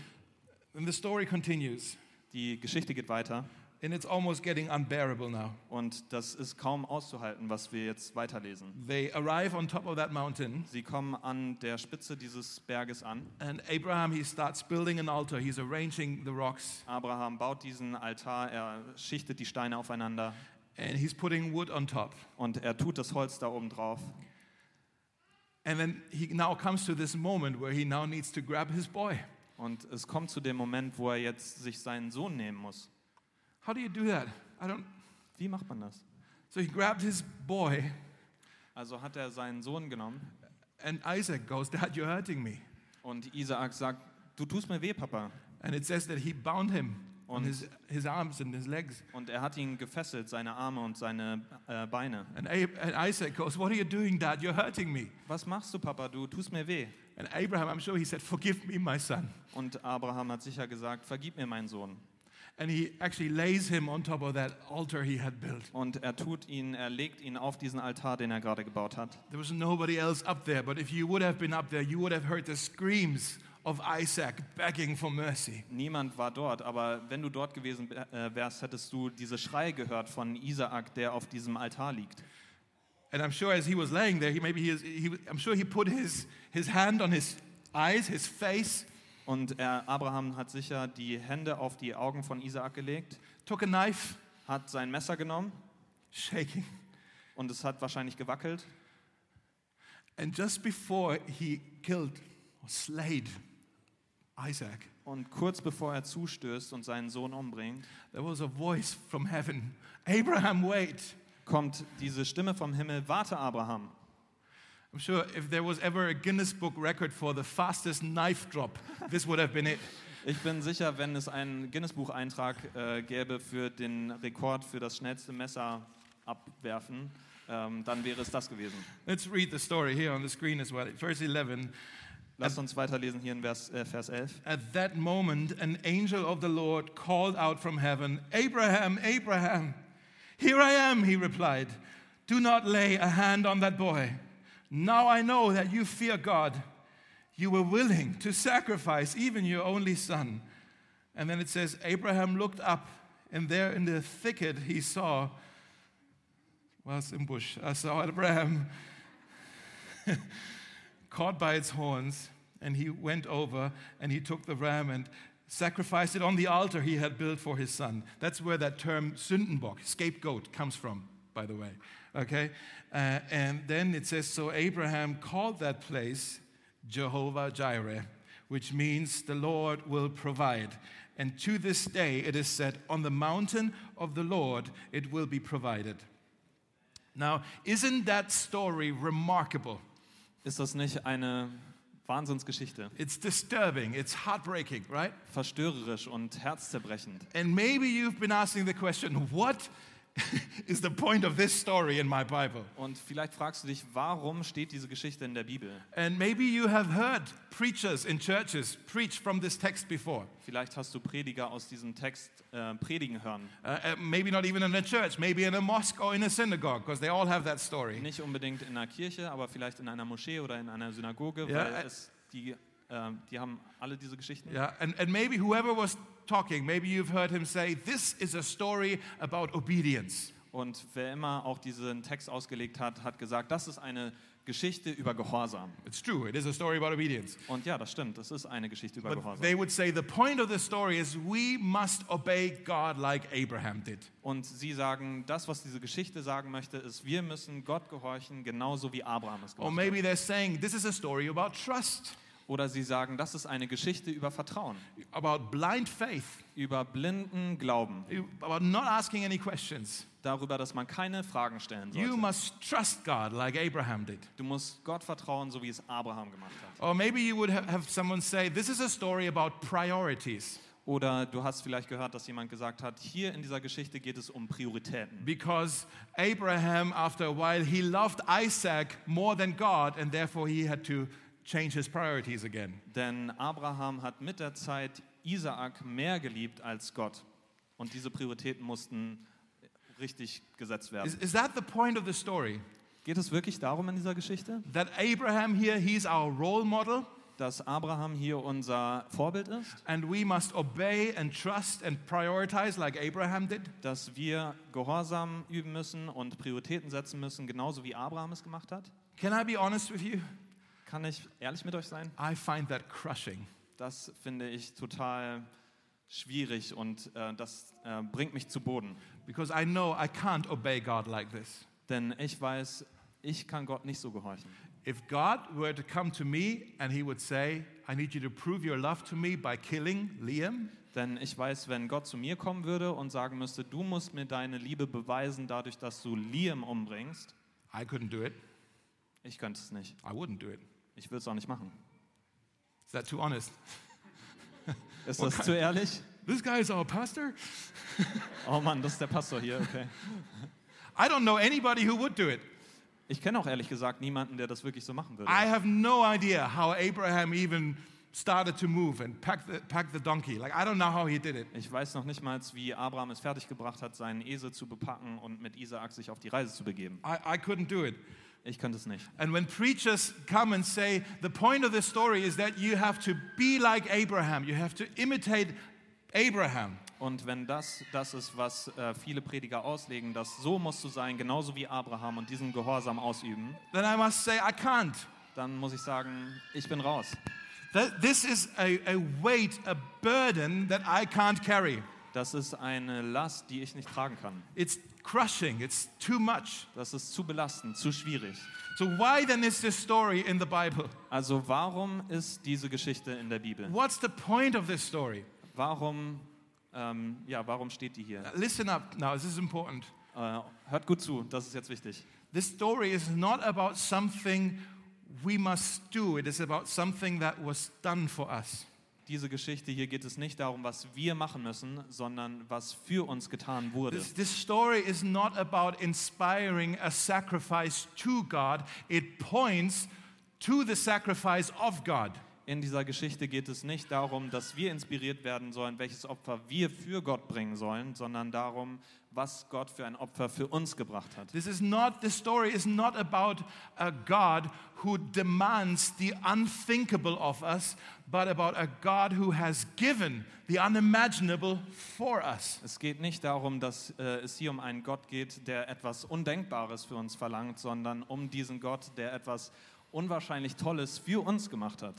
[SPEAKER 1] And the story continues,
[SPEAKER 2] Die Geschichte geht weiter
[SPEAKER 1] and it's almost getting unbearable now.
[SPEAKER 2] und das ist kaum auszuhalten, was wir jetzt weiterlesen.
[SPEAKER 1] They arrive on top of that mountain,
[SPEAKER 2] Sie kommen an der Spitze dieses Berges an.
[SPEAKER 1] and Abraham, he starts building an altar. He's arranging the rocks,
[SPEAKER 2] Abraham baut diesen Altar, er schichtet die Steine aufeinander
[SPEAKER 1] and he's putting wood on top.
[SPEAKER 2] und er tut das Holz da oben drauf.
[SPEAKER 1] And then he now comes to this moment where he now needs to grab his boy.
[SPEAKER 2] Und es kommt zu dem Moment, wo er jetzt sich seinen Sohn nehmen muss.
[SPEAKER 1] How do you do that? I don't.
[SPEAKER 2] Wie macht man das?
[SPEAKER 1] So he grabbed his boy,
[SPEAKER 2] Also hat er seinen Sohn genommen
[SPEAKER 1] and Isaac goes, Dad, you're hurting me.
[SPEAKER 2] und Isaak sagt, du tust mir weh, Papa.
[SPEAKER 1] And it says that he bound him on
[SPEAKER 2] Und-
[SPEAKER 1] his, his arms and his legs.
[SPEAKER 2] Und er hat ihn gefesselt, seine Arme und seine äh, Beine.
[SPEAKER 1] And, Ab- and Isaac goes, What are you doing, Dad? You're hurting me.
[SPEAKER 2] Was machst du, Papa? Du tust mir weh.
[SPEAKER 1] And Abraham, I'm sure he said, Forgive me, my son.
[SPEAKER 2] Und Abraham hat sicher gesagt, vergib mir, mein Sohn.
[SPEAKER 1] And he actually lays him on top of that altar he had built.
[SPEAKER 2] Und er tut ihn, er legt ihn auf diesen Altar, den er gerade gebaut hat.
[SPEAKER 1] There was nobody else up there, but if you would have been up there, you would have heard the screams of Isaac begging for mercy.
[SPEAKER 2] Niemand war dort, aber wenn du dort gewesen äh, wärst, hättest du diese Schreie gehört von Isaak, der auf diesem Altar liegt.
[SPEAKER 1] And I'm sure as he was laying there, he maybe he, is, he I'm sure he put his, his hand on his eyes, his face,
[SPEAKER 2] Und er, Abraham hat sicher die Hände auf die Augen von Isaak gelegt,
[SPEAKER 1] took a knife,
[SPEAKER 2] hat sein Messer genommen
[SPEAKER 1] shaking.
[SPEAKER 2] und es hat wahrscheinlich gewackelt.
[SPEAKER 1] And just before he killed or slayed Isaac,
[SPEAKER 2] Und kurz bevor er zustößt und seinen Sohn umbringt,
[SPEAKER 1] there was a voice from heaven Abraham, wait.
[SPEAKER 2] kommt diese Stimme vom Himmel, warte Abraham.
[SPEAKER 1] I'm sure if there was ever a Guinness Book record for the fastest knife drop, this would have been it.
[SPEAKER 2] Ich bin sicher, wenn es einen Guinness-Bucheintrag äh, gäbe für den Rekord für das schnellste Messer abwerfen, ähm, dann wäre es das gewesen.
[SPEAKER 1] Let's read the story here on the screen as well. Verse 11.
[SPEAKER 2] Lasst uns weiterlesen hier in Vers, äh, Vers 11.
[SPEAKER 1] At that moment, an angel of the Lord called out from heaven, Abraham, Abraham. Here I am, he replied. Do not lay a hand on that boy. Now I know that you fear God. You were willing to sacrifice even your only son. And then it says, Abraham looked up, and there in the thicket he saw, was im Busch, I saw Abraham caught by its horns, and he went over and he took the ram and sacrificed it on the altar he had built for his son. That's where that term Sündenbock, scapegoat, comes from, by the way. Okay? Uh, and then it says So Abraham called that place Jehovah Jireh, which means the Lord will provide. And to this day it is said, On the mountain of the Lord it will be provided. Now, isn't that story remarkable?
[SPEAKER 2] Ist das nicht eine Wahnsinnsgeschichte?
[SPEAKER 1] It's disturbing, it's heartbreaking, right?
[SPEAKER 2] Verstörerisch und herzzerbrechend.
[SPEAKER 1] And maybe you've been asking the question, what is the point of this story in my Bible?
[SPEAKER 2] Und vielleicht fragst du dich, warum steht diese Geschichte in der Bibel?
[SPEAKER 1] And maybe you have heard preachers in churches preach from this text before.
[SPEAKER 2] Vielleicht hast du Prediger aus diesem Text äh, predigen hören.
[SPEAKER 1] Uh, uh, maybe not even in a church, maybe in a mosque or in a synagogue, because they all have that story.
[SPEAKER 2] Nicht unbedingt in einer Kirche, aber vielleicht in einer Moschee oder in einer Synagoge,
[SPEAKER 1] Ja,
[SPEAKER 2] weil
[SPEAKER 1] äh,
[SPEAKER 2] es die, ähm, die haben alle diese Geschichten.
[SPEAKER 1] Yeah, and, and maybe whoever was talking, maybe you've heard him say, This is a story about obedience.
[SPEAKER 2] Und wer immer auch diesen Text ausgelegt hat, hat gesagt, das ist eine Geschichte über Gehorsam.
[SPEAKER 1] It's true, it is a story about obedience.
[SPEAKER 2] Und ja, das stimmt, es ist eine Geschichte über
[SPEAKER 1] But
[SPEAKER 2] Gehorsam.
[SPEAKER 1] they would say the point of the story is we must obey God like Abraham did.
[SPEAKER 2] Und sie sagen, das, was diese Geschichte sagen möchte, ist, wir müssen Gott gehorchen, genauso wie Abraham es
[SPEAKER 1] Or
[SPEAKER 2] gemacht hat.
[SPEAKER 1] Oh, maybe they're saying this is a story about trust,
[SPEAKER 2] Oder sie sagen, das ist eine Geschichte über Vertrauen,
[SPEAKER 1] about blind faith,
[SPEAKER 2] über blinden Glauben,
[SPEAKER 1] about not asking any questions.
[SPEAKER 2] darüber, dass man keine Fragen stellen
[SPEAKER 1] You
[SPEAKER 2] sollte.
[SPEAKER 1] must trust God like Abraham did.
[SPEAKER 2] Du musst Gott vertrauen, so wie es Abraham gemacht hat.
[SPEAKER 1] Or maybe you would ha- have someone say this is a story about priorities
[SPEAKER 2] Oder du hast vielleicht gehört, dass jemand gesagt hat, hier in dieser Geschichte geht es um Prioritäten.
[SPEAKER 1] because Abraham, after a while, he loved Isaac more than God and therefore he had to change his priorities again.
[SPEAKER 2] Denn Abraham hat mit der Zeit Isaak mehr geliebt als Gott. Und diese Prioritäten mussten richtig gesetzt
[SPEAKER 1] Is,
[SPEAKER 2] werden.
[SPEAKER 1] is that the point of the story?
[SPEAKER 2] Geht es wirklich darum in dieser Geschichte,
[SPEAKER 1] that Abraham here, he's our role model,
[SPEAKER 2] dass Abraham hier unser Vorbild ist?
[SPEAKER 1] and we must obey and trust and prioritize like Abraham did?
[SPEAKER 2] Dass wir Gehorsam üben müssen und Prioritäten setzen müssen, genauso wie Abraham es gemacht hat?
[SPEAKER 1] Can I be honest with you?
[SPEAKER 2] Kann ich ehrlich mit euch sein?
[SPEAKER 1] I find that crushing.
[SPEAKER 2] Das finde ich total schwierig und äh, das äh, bringt mich zu Boden.
[SPEAKER 1] Because I know I can't obey God like this.
[SPEAKER 2] Denn ich weiß, ich kann Gott nicht so gehorchen.
[SPEAKER 1] If God were to come to me and he would say, I need you to prove your love to me by killing Liam,
[SPEAKER 2] Denn ich weiß, wenn Gott zu mir kommen würde und sagen müsste, du musst mir deine Liebe beweisen, dadurch, dass du Liam umbringst,
[SPEAKER 1] I couldn't do it.
[SPEAKER 2] ich könnte es nicht.
[SPEAKER 1] I wouldn't do it.
[SPEAKER 2] Ich würde es auch nicht machen.
[SPEAKER 1] Is that too honest?
[SPEAKER 2] Ist das zu ehrlich?
[SPEAKER 1] This guy is our pastor?
[SPEAKER 2] Oh Mann, das ist der Pastor hier, okay.
[SPEAKER 1] I don't know anybody who would do it.
[SPEAKER 2] Ich kenne auch ehrlich gesagt niemanden, der das wirklich so machen würde.
[SPEAKER 1] I have no idea how Abraham even started to move and pack the, pack the donkey. Like, I don't know how he did it.
[SPEAKER 2] Ich weiß noch nicht mal, wie Abraham es fertiggebracht hat, seinen Esel zu bepacken und mit Isaak sich auf die Reise zu begeben.
[SPEAKER 1] I, I couldn't do it.
[SPEAKER 2] Ich könnte es nicht.
[SPEAKER 1] And when preachers come and say, the point of this story is that you have to be like Abraham, you have to imitate Abraham,
[SPEAKER 2] Und wenn das das ist, was äh, viele Prediger auslegen, dass so musst du sein, genauso wie Abraham und diesen Gehorsam ausüben,
[SPEAKER 1] then I must say, I can't.
[SPEAKER 2] dann muss ich sagen, ich bin raus.
[SPEAKER 1] Th- This is a, a weight, a burden that I can't carry.
[SPEAKER 2] Das ist eine Last, die ich nicht tragen kann.
[SPEAKER 1] It's crushing, it's too much.
[SPEAKER 2] Das ist zu belastend, zu schwierig.
[SPEAKER 1] So, why then is this story in the Bible?
[SPEAKER 2] Also warum ist diese Geschichte in der Bibel?
[SPEAKER 1] What's the point of this story?
[SPEAKER 2] Warum, ähm, ja, warum steht die hier?
[SPEAKER 1] Listen up now, this is important.
[SPEAKER 2] Äh, hört gut zu, das ist jetzt wichtig.
[SPEAKER 1] This story is not about something we must do, it is about something that was done for us.
[SPEAKER 2] Diese Geschichte hier geht es nicht darum, was wir machen müssen, sondern was für uns getan wurde.
[SPEAKER 1] This, this story is not about inspiring a sacrifice to God, it points to the sacrifice of God.
[SPEAKER 2] In dieser Geschichte geht es nicht darum, dass wir inspiriert werden sollen, welches Opfer wir für Gott bringen sollen, sondern darum, was Gott für ein Opfer für uns gebracht hat.
[SPEAKER 1] This is not, this story is not about a God who demands the unthinkable of us, but about a God who has given the unimaginable for us.
[SPEAKER 2] Es geht nicht darum, dass äh, es hier um einen Gott geht, der etwas Undenkbares für uns verlangt, sondern um diesen Gott, der etwas unwahrscheinlich Tolles für uns gemacht hat.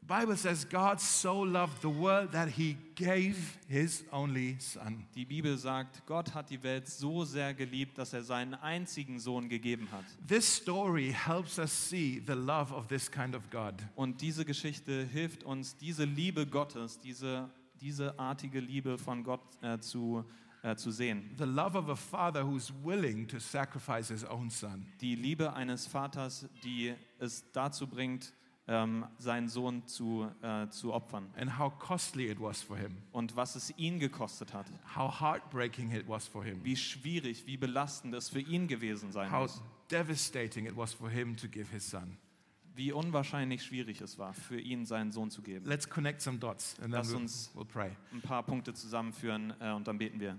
[SPEAKER 1] The Bible says God so loved the world that he gave his only son.
[SPEAKER 2] Die Bibel sagt, Gott hat die Welt so sehr geliebt, dass er seinen einzigen Sohn gegeben hat.
[SPEAKER 1] This story helps us see the love of this kind of God.
[SPEAKER 2] Und diese Geschichte hilft uns, diese Liebe Gottes, diese, diese artige Liebe von Gott äh, zu äh, zu sehen.
[SPEAKER 1] the love of a father who's willing to sacrifice his own son.
[SPEAKER 2] Die Liebe eines Vaters, die es dazu bringt, ähm, seinen Sohn zu, äh, zu opfern.
[SPEAKER 1] and how costly it was for him,
[SPEAKER 2] Und was es ihn gekostet hat.
[SPEAKER 1] how heartbreaking it was for him,
[SPEAKER 2] Wie schwierig, wie belastend es für ihn gewesen sein
[SPEAKER 1] how
[SPEAKER 2] muss.
[SPEAKER 1] devastating it was for him to give his son.
[SPEAKER 2] Wie unwahrscheinlich schwierig es war, für ihn seinen Sohn zu geben.
[SPEAKER 1] Let's connect some dots and then
[SPEAKER 2] Lass
[SPEAKER 1] we'll,
[SPEAKER 2] uns-
[SPEAKER 1] we'll pray.
[SPEAKER 2] Ein paar Punkte zusammenführen äh, und dann beten wir.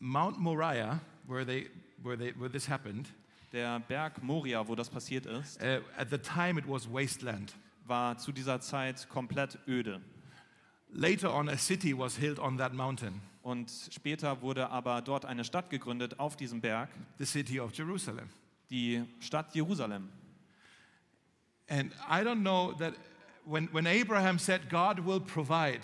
[SPEAKER 1] Mount Moriah, where, they, where, they, where this happened,
[SPEAKER 2] Der Berg Moria, wo das passiert ist,
[SPEAKER 1] uh, at the time it was wasteland.
[SPEAKER 2] war zu dieser Zeit komplett öde.
[SPEAKER 1] Later on, a city was built on that mountain,
[SPEAKER 2] Und später wurde aber dort eine Stadt gegründet auf diesem Berg,
[SPEAKER 1] the city of Jerusalem.
[SPEAKER 2] die Stadt Jerusalem.
[SPEAKER 1] And I don't know that when, when Abraham said, God will provide,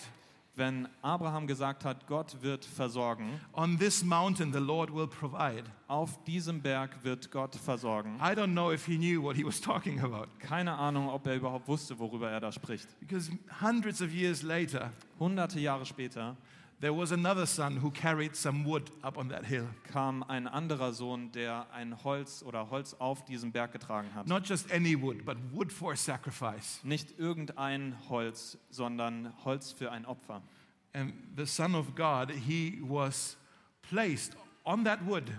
[SPEAKER 2] Wenn Abraham gesagt hat, Gott wird versorgen,
[SPEAKER 1] on this mountain the Lord will provide,
[SPEAKER 2] auf diesem Berg wird Gott versorgen.
[SPEAKER 1] I don't know if he knew what he was talking about.
[SPEAKER 2] Keine Ahnung, ob er überhaupt wusste, worüber er da spricht.
[SPEAKER 1] Because hundreds of years later,
[SPEAKER 2] Hunderte Jahre später
[SPEAKER 1] there was another son who carried some wood up on that hill.
[SPEAKER 2] kam ein anderer Sohn, der ein Holz oder Holz auf diesem Berg getragen hat.
[SPEAKER 1] Not just any wood, but wood for sacrifice.
[SPEAKER 2] Nicht irgendein Holz, sondern Holz für ein Opfer.
[SPEAKER 1] And the Son of God, he was placed on that wood.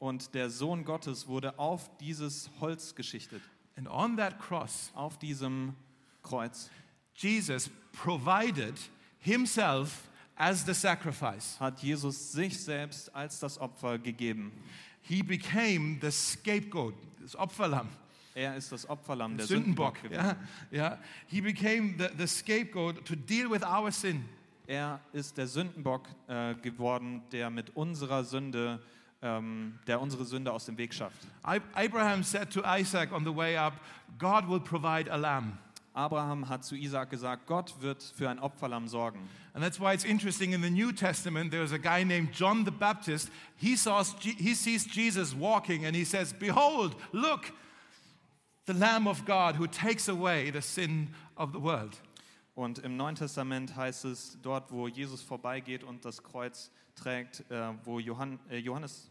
[SPEAKER 2] Und der Sohn Gottes wurde auf dieses Holz geschichtet,
[SPEAKER 1] And on that cross,
[SPEAKER 2] auf diesem Kreuz
[SPEAKER 1] Jesus provided himself as the sacrifice.
[SPEAKER 2] hat Jesus sich selbst als das Opfer gegeben.
[SPEAKER 1] He became the scapegoat, das Opferlamm,
[SPEAKER 2] Er ist das Opferlamm der Sündenbock.
[SPEAKER 1] Sündenbock.
[SPEAKER 2] gewesen.
[SPEAKER 1] Yeah, yeah. He became the, the scapegoat to deal with our sin.
[SPEAKER 2] Er ist der Sündenbock äh, geworden, der mit unserer Sünde, ähm, der unsere Sünde aus dem Weg schafft.
[SPEAKER 1] I- Abraham said to Isaac on the way up, God will provide a lamb.
[SPEAKER 2] Abraham hat zu Isaak gesagt, Gott wird für ein Opferlamm sorgen.
[SPEAKER 1] And that's why it's interesting in the New Testament, there's a guy named John the Baptist. He, saw, he sees Jesus walking and he says, Behold, look, the Lamb of God who takes away the sin of the world.
[SPEAKER 2] Und im Neuen Testament heißt es, dort wo Jesus vorbeigeht und das Kreuz trägt, äh, wo Johann, äh, Johannes,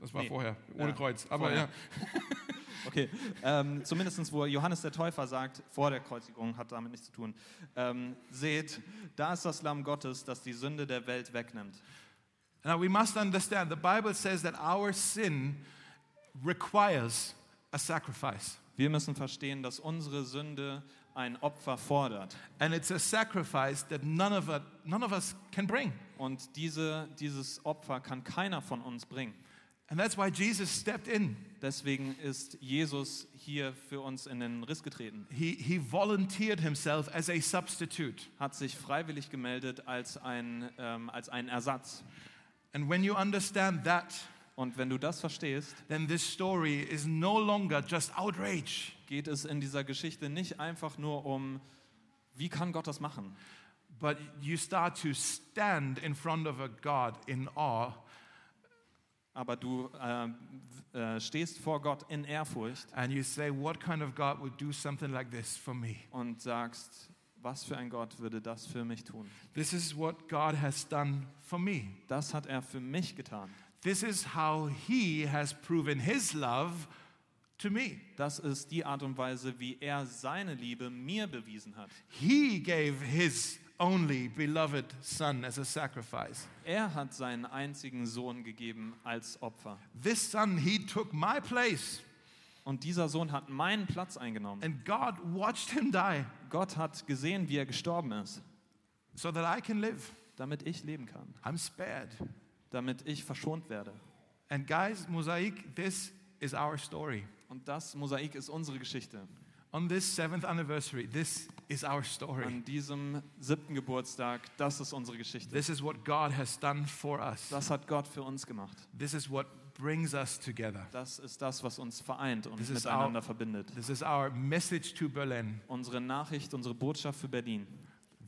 [SPEAKER 1] Das war
[SPEAKER 2] Nee.
[SPEAKER 1] vorher, ohne
[SPEAKER 2] Ja,
[SPEAKER 1] Kreuz. Aber
[SPEAKER 2] vorher.
[SPEAKER 1] ja.
[SPEAKER 2] okay, ähm, zumindest wo Johannes der Täufer sagt, vor der Kreuzigung, hat damit nichts zu tun, ähm, seht, da ist das Lamm Gottes, das die Sünde der Welt wegnimmt.
[SPEAKER 1] Now we must understand the Bible says that our sin requires a sacrifice.
[SPEAKER 2] Wir müssen verstehen, dass unsere Sünde ein Opfer fordert.
[SPEAKER 1] And it's a sacrifice that none of, us- none of us can bring.
[SPEAKER 2] Und diese, dieses Opfer kann keiner von uns bringen.
[SPEAKER 1] And that's why Jesus stepped in.
[SPEAKER 2] Deswegen ist Jesus hier für uns in den Riss getreten,
[SPEAKER 1] He, he volunteered himself as a substitute.
[SPEAKER 2] hat sich freiwillig gemeldet als ein, ähm, als ein Ersatz.
[SPEAKER 1] And when you understand that,
[SPEAKER 2] Und wenn du das verstehst,
[SPEAKER 1] then this story is no longer just outrage,
[SPEAKER 2] geht es in dieser Geschichte nicht einfach nur um, wie kann Gott das machen,
[SPEAKER 1] but you start to stand in front of a God in awe
[SPEAKER 2] aber du ähm, w- äh, stehst vor Gott in Ehrfurcht
[SPEAKER 1] and you say, What kind of God would do something like this for me?
[SPEAKER 2] und sagst, was für ein Gott würde das für mich tun?
[SPEAKER 1] This is what God has done for me.
[SPEAKER 2] Das hat er für mich getan.
[SPEAKER 1] This is how He has proven His love to me.
[SPEAKER 2] Das ist die Art und Weise, wie er seine Liebe mir bewiesen hat.
[SPEAKER 1] He gave His only beloved Son as a sacrifice.
[SPEAKER 2] Er hat seinen einzigen Sohn gegeben als Opfer.
[SPEAKER 1] This son, he took my place,
[SPEAKER 2] Und dieser Sohn hat meinen Platz eingenommen.
[SPEAKER 1] and God watched him die
[SPEAKER 2] Gott hat gesehen, wie er gestorben ist,
[SPEAKER 1] so that I can live.
[SPEAKER 2] damit ich leben kann,
[SPEAKER 1] I'm spared.
[SPEAKER 2] damit ich verschont werde.
[SPEAKER 1] And guys, Mosaic, this is our story.
[SPEAKER 2] Und das Mosaik ist unsere Geschichte.
[SPEAKER 1] On this seventh anniversary, this is our story.
[SPEAKER 2] An diesem siebten Geburtstag, das ist unsere Geschichte.
[SPEAKER 1] This is what God has done for us.
[SPEAKER 2] Das hat Gott für uns gemacht.
[SPEAKER 1] This is what brings us together.
[SPEAKER 2] Das ist das, was uns vereint und
[SPEAKER 1] This is
[SPEAKER 2] miteinander verbindet.
[SPEAKER 1] This is our message to Berlin.
[SPEAKER 2] Unsere Nachricht, unsere Botschaft für Berlin.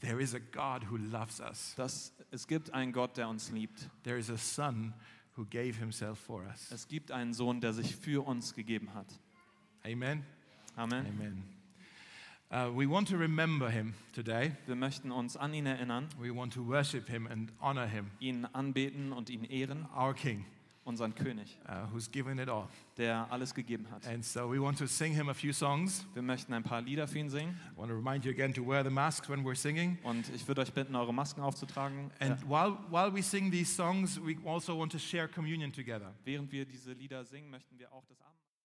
[SPEAKER 1] There is a God who loves us.
[SPEAKER 2] Dass es gibt einen Gott, der uns liebt.
[SPEAKER 1] There is a Son who gave himself for us.
[SPEAKER 2] Es gibt einen Sohn, der sich für uns gegeben hat.
[SPEAKER 1] Amen.
[SPEAKER 2] Amen.
[SPEAKER 1] Amen. Uh, we want to remember him today.
[SPEAKER 2] Wir möchten uns an ihn erinnern,
[SPEAKER 1] We want to worship him and honor him,
[SPEAKER 2] ihn anbeten und ihn ehren,
[SPEAKER 1] our King,
[SPEAKER 2] unseren König,
[SPEAKER 1] uh, who's given it all.
[SPEAKER 2] der alles gegeben hat.
[SPEAKER 1] And so we want to sing him a few songs.
[SPEAKER 2] Wir möchten ein paar Lieder für ihn singen
[SPEAKER 1] I want to remind you again to wear the masks when we're singing.
[SPEAKER 2] und ich würde euch bitten, eure Masken aufzutragen.
[SPEAKER 1] And
[SPEAKER 2] Äh,
[SPEAKER 1] while, while we sing these songs, we also want to share communion together.
[SPEAKER 2] Während wir diese Lieder singen, möchten wir auch das Abendmahl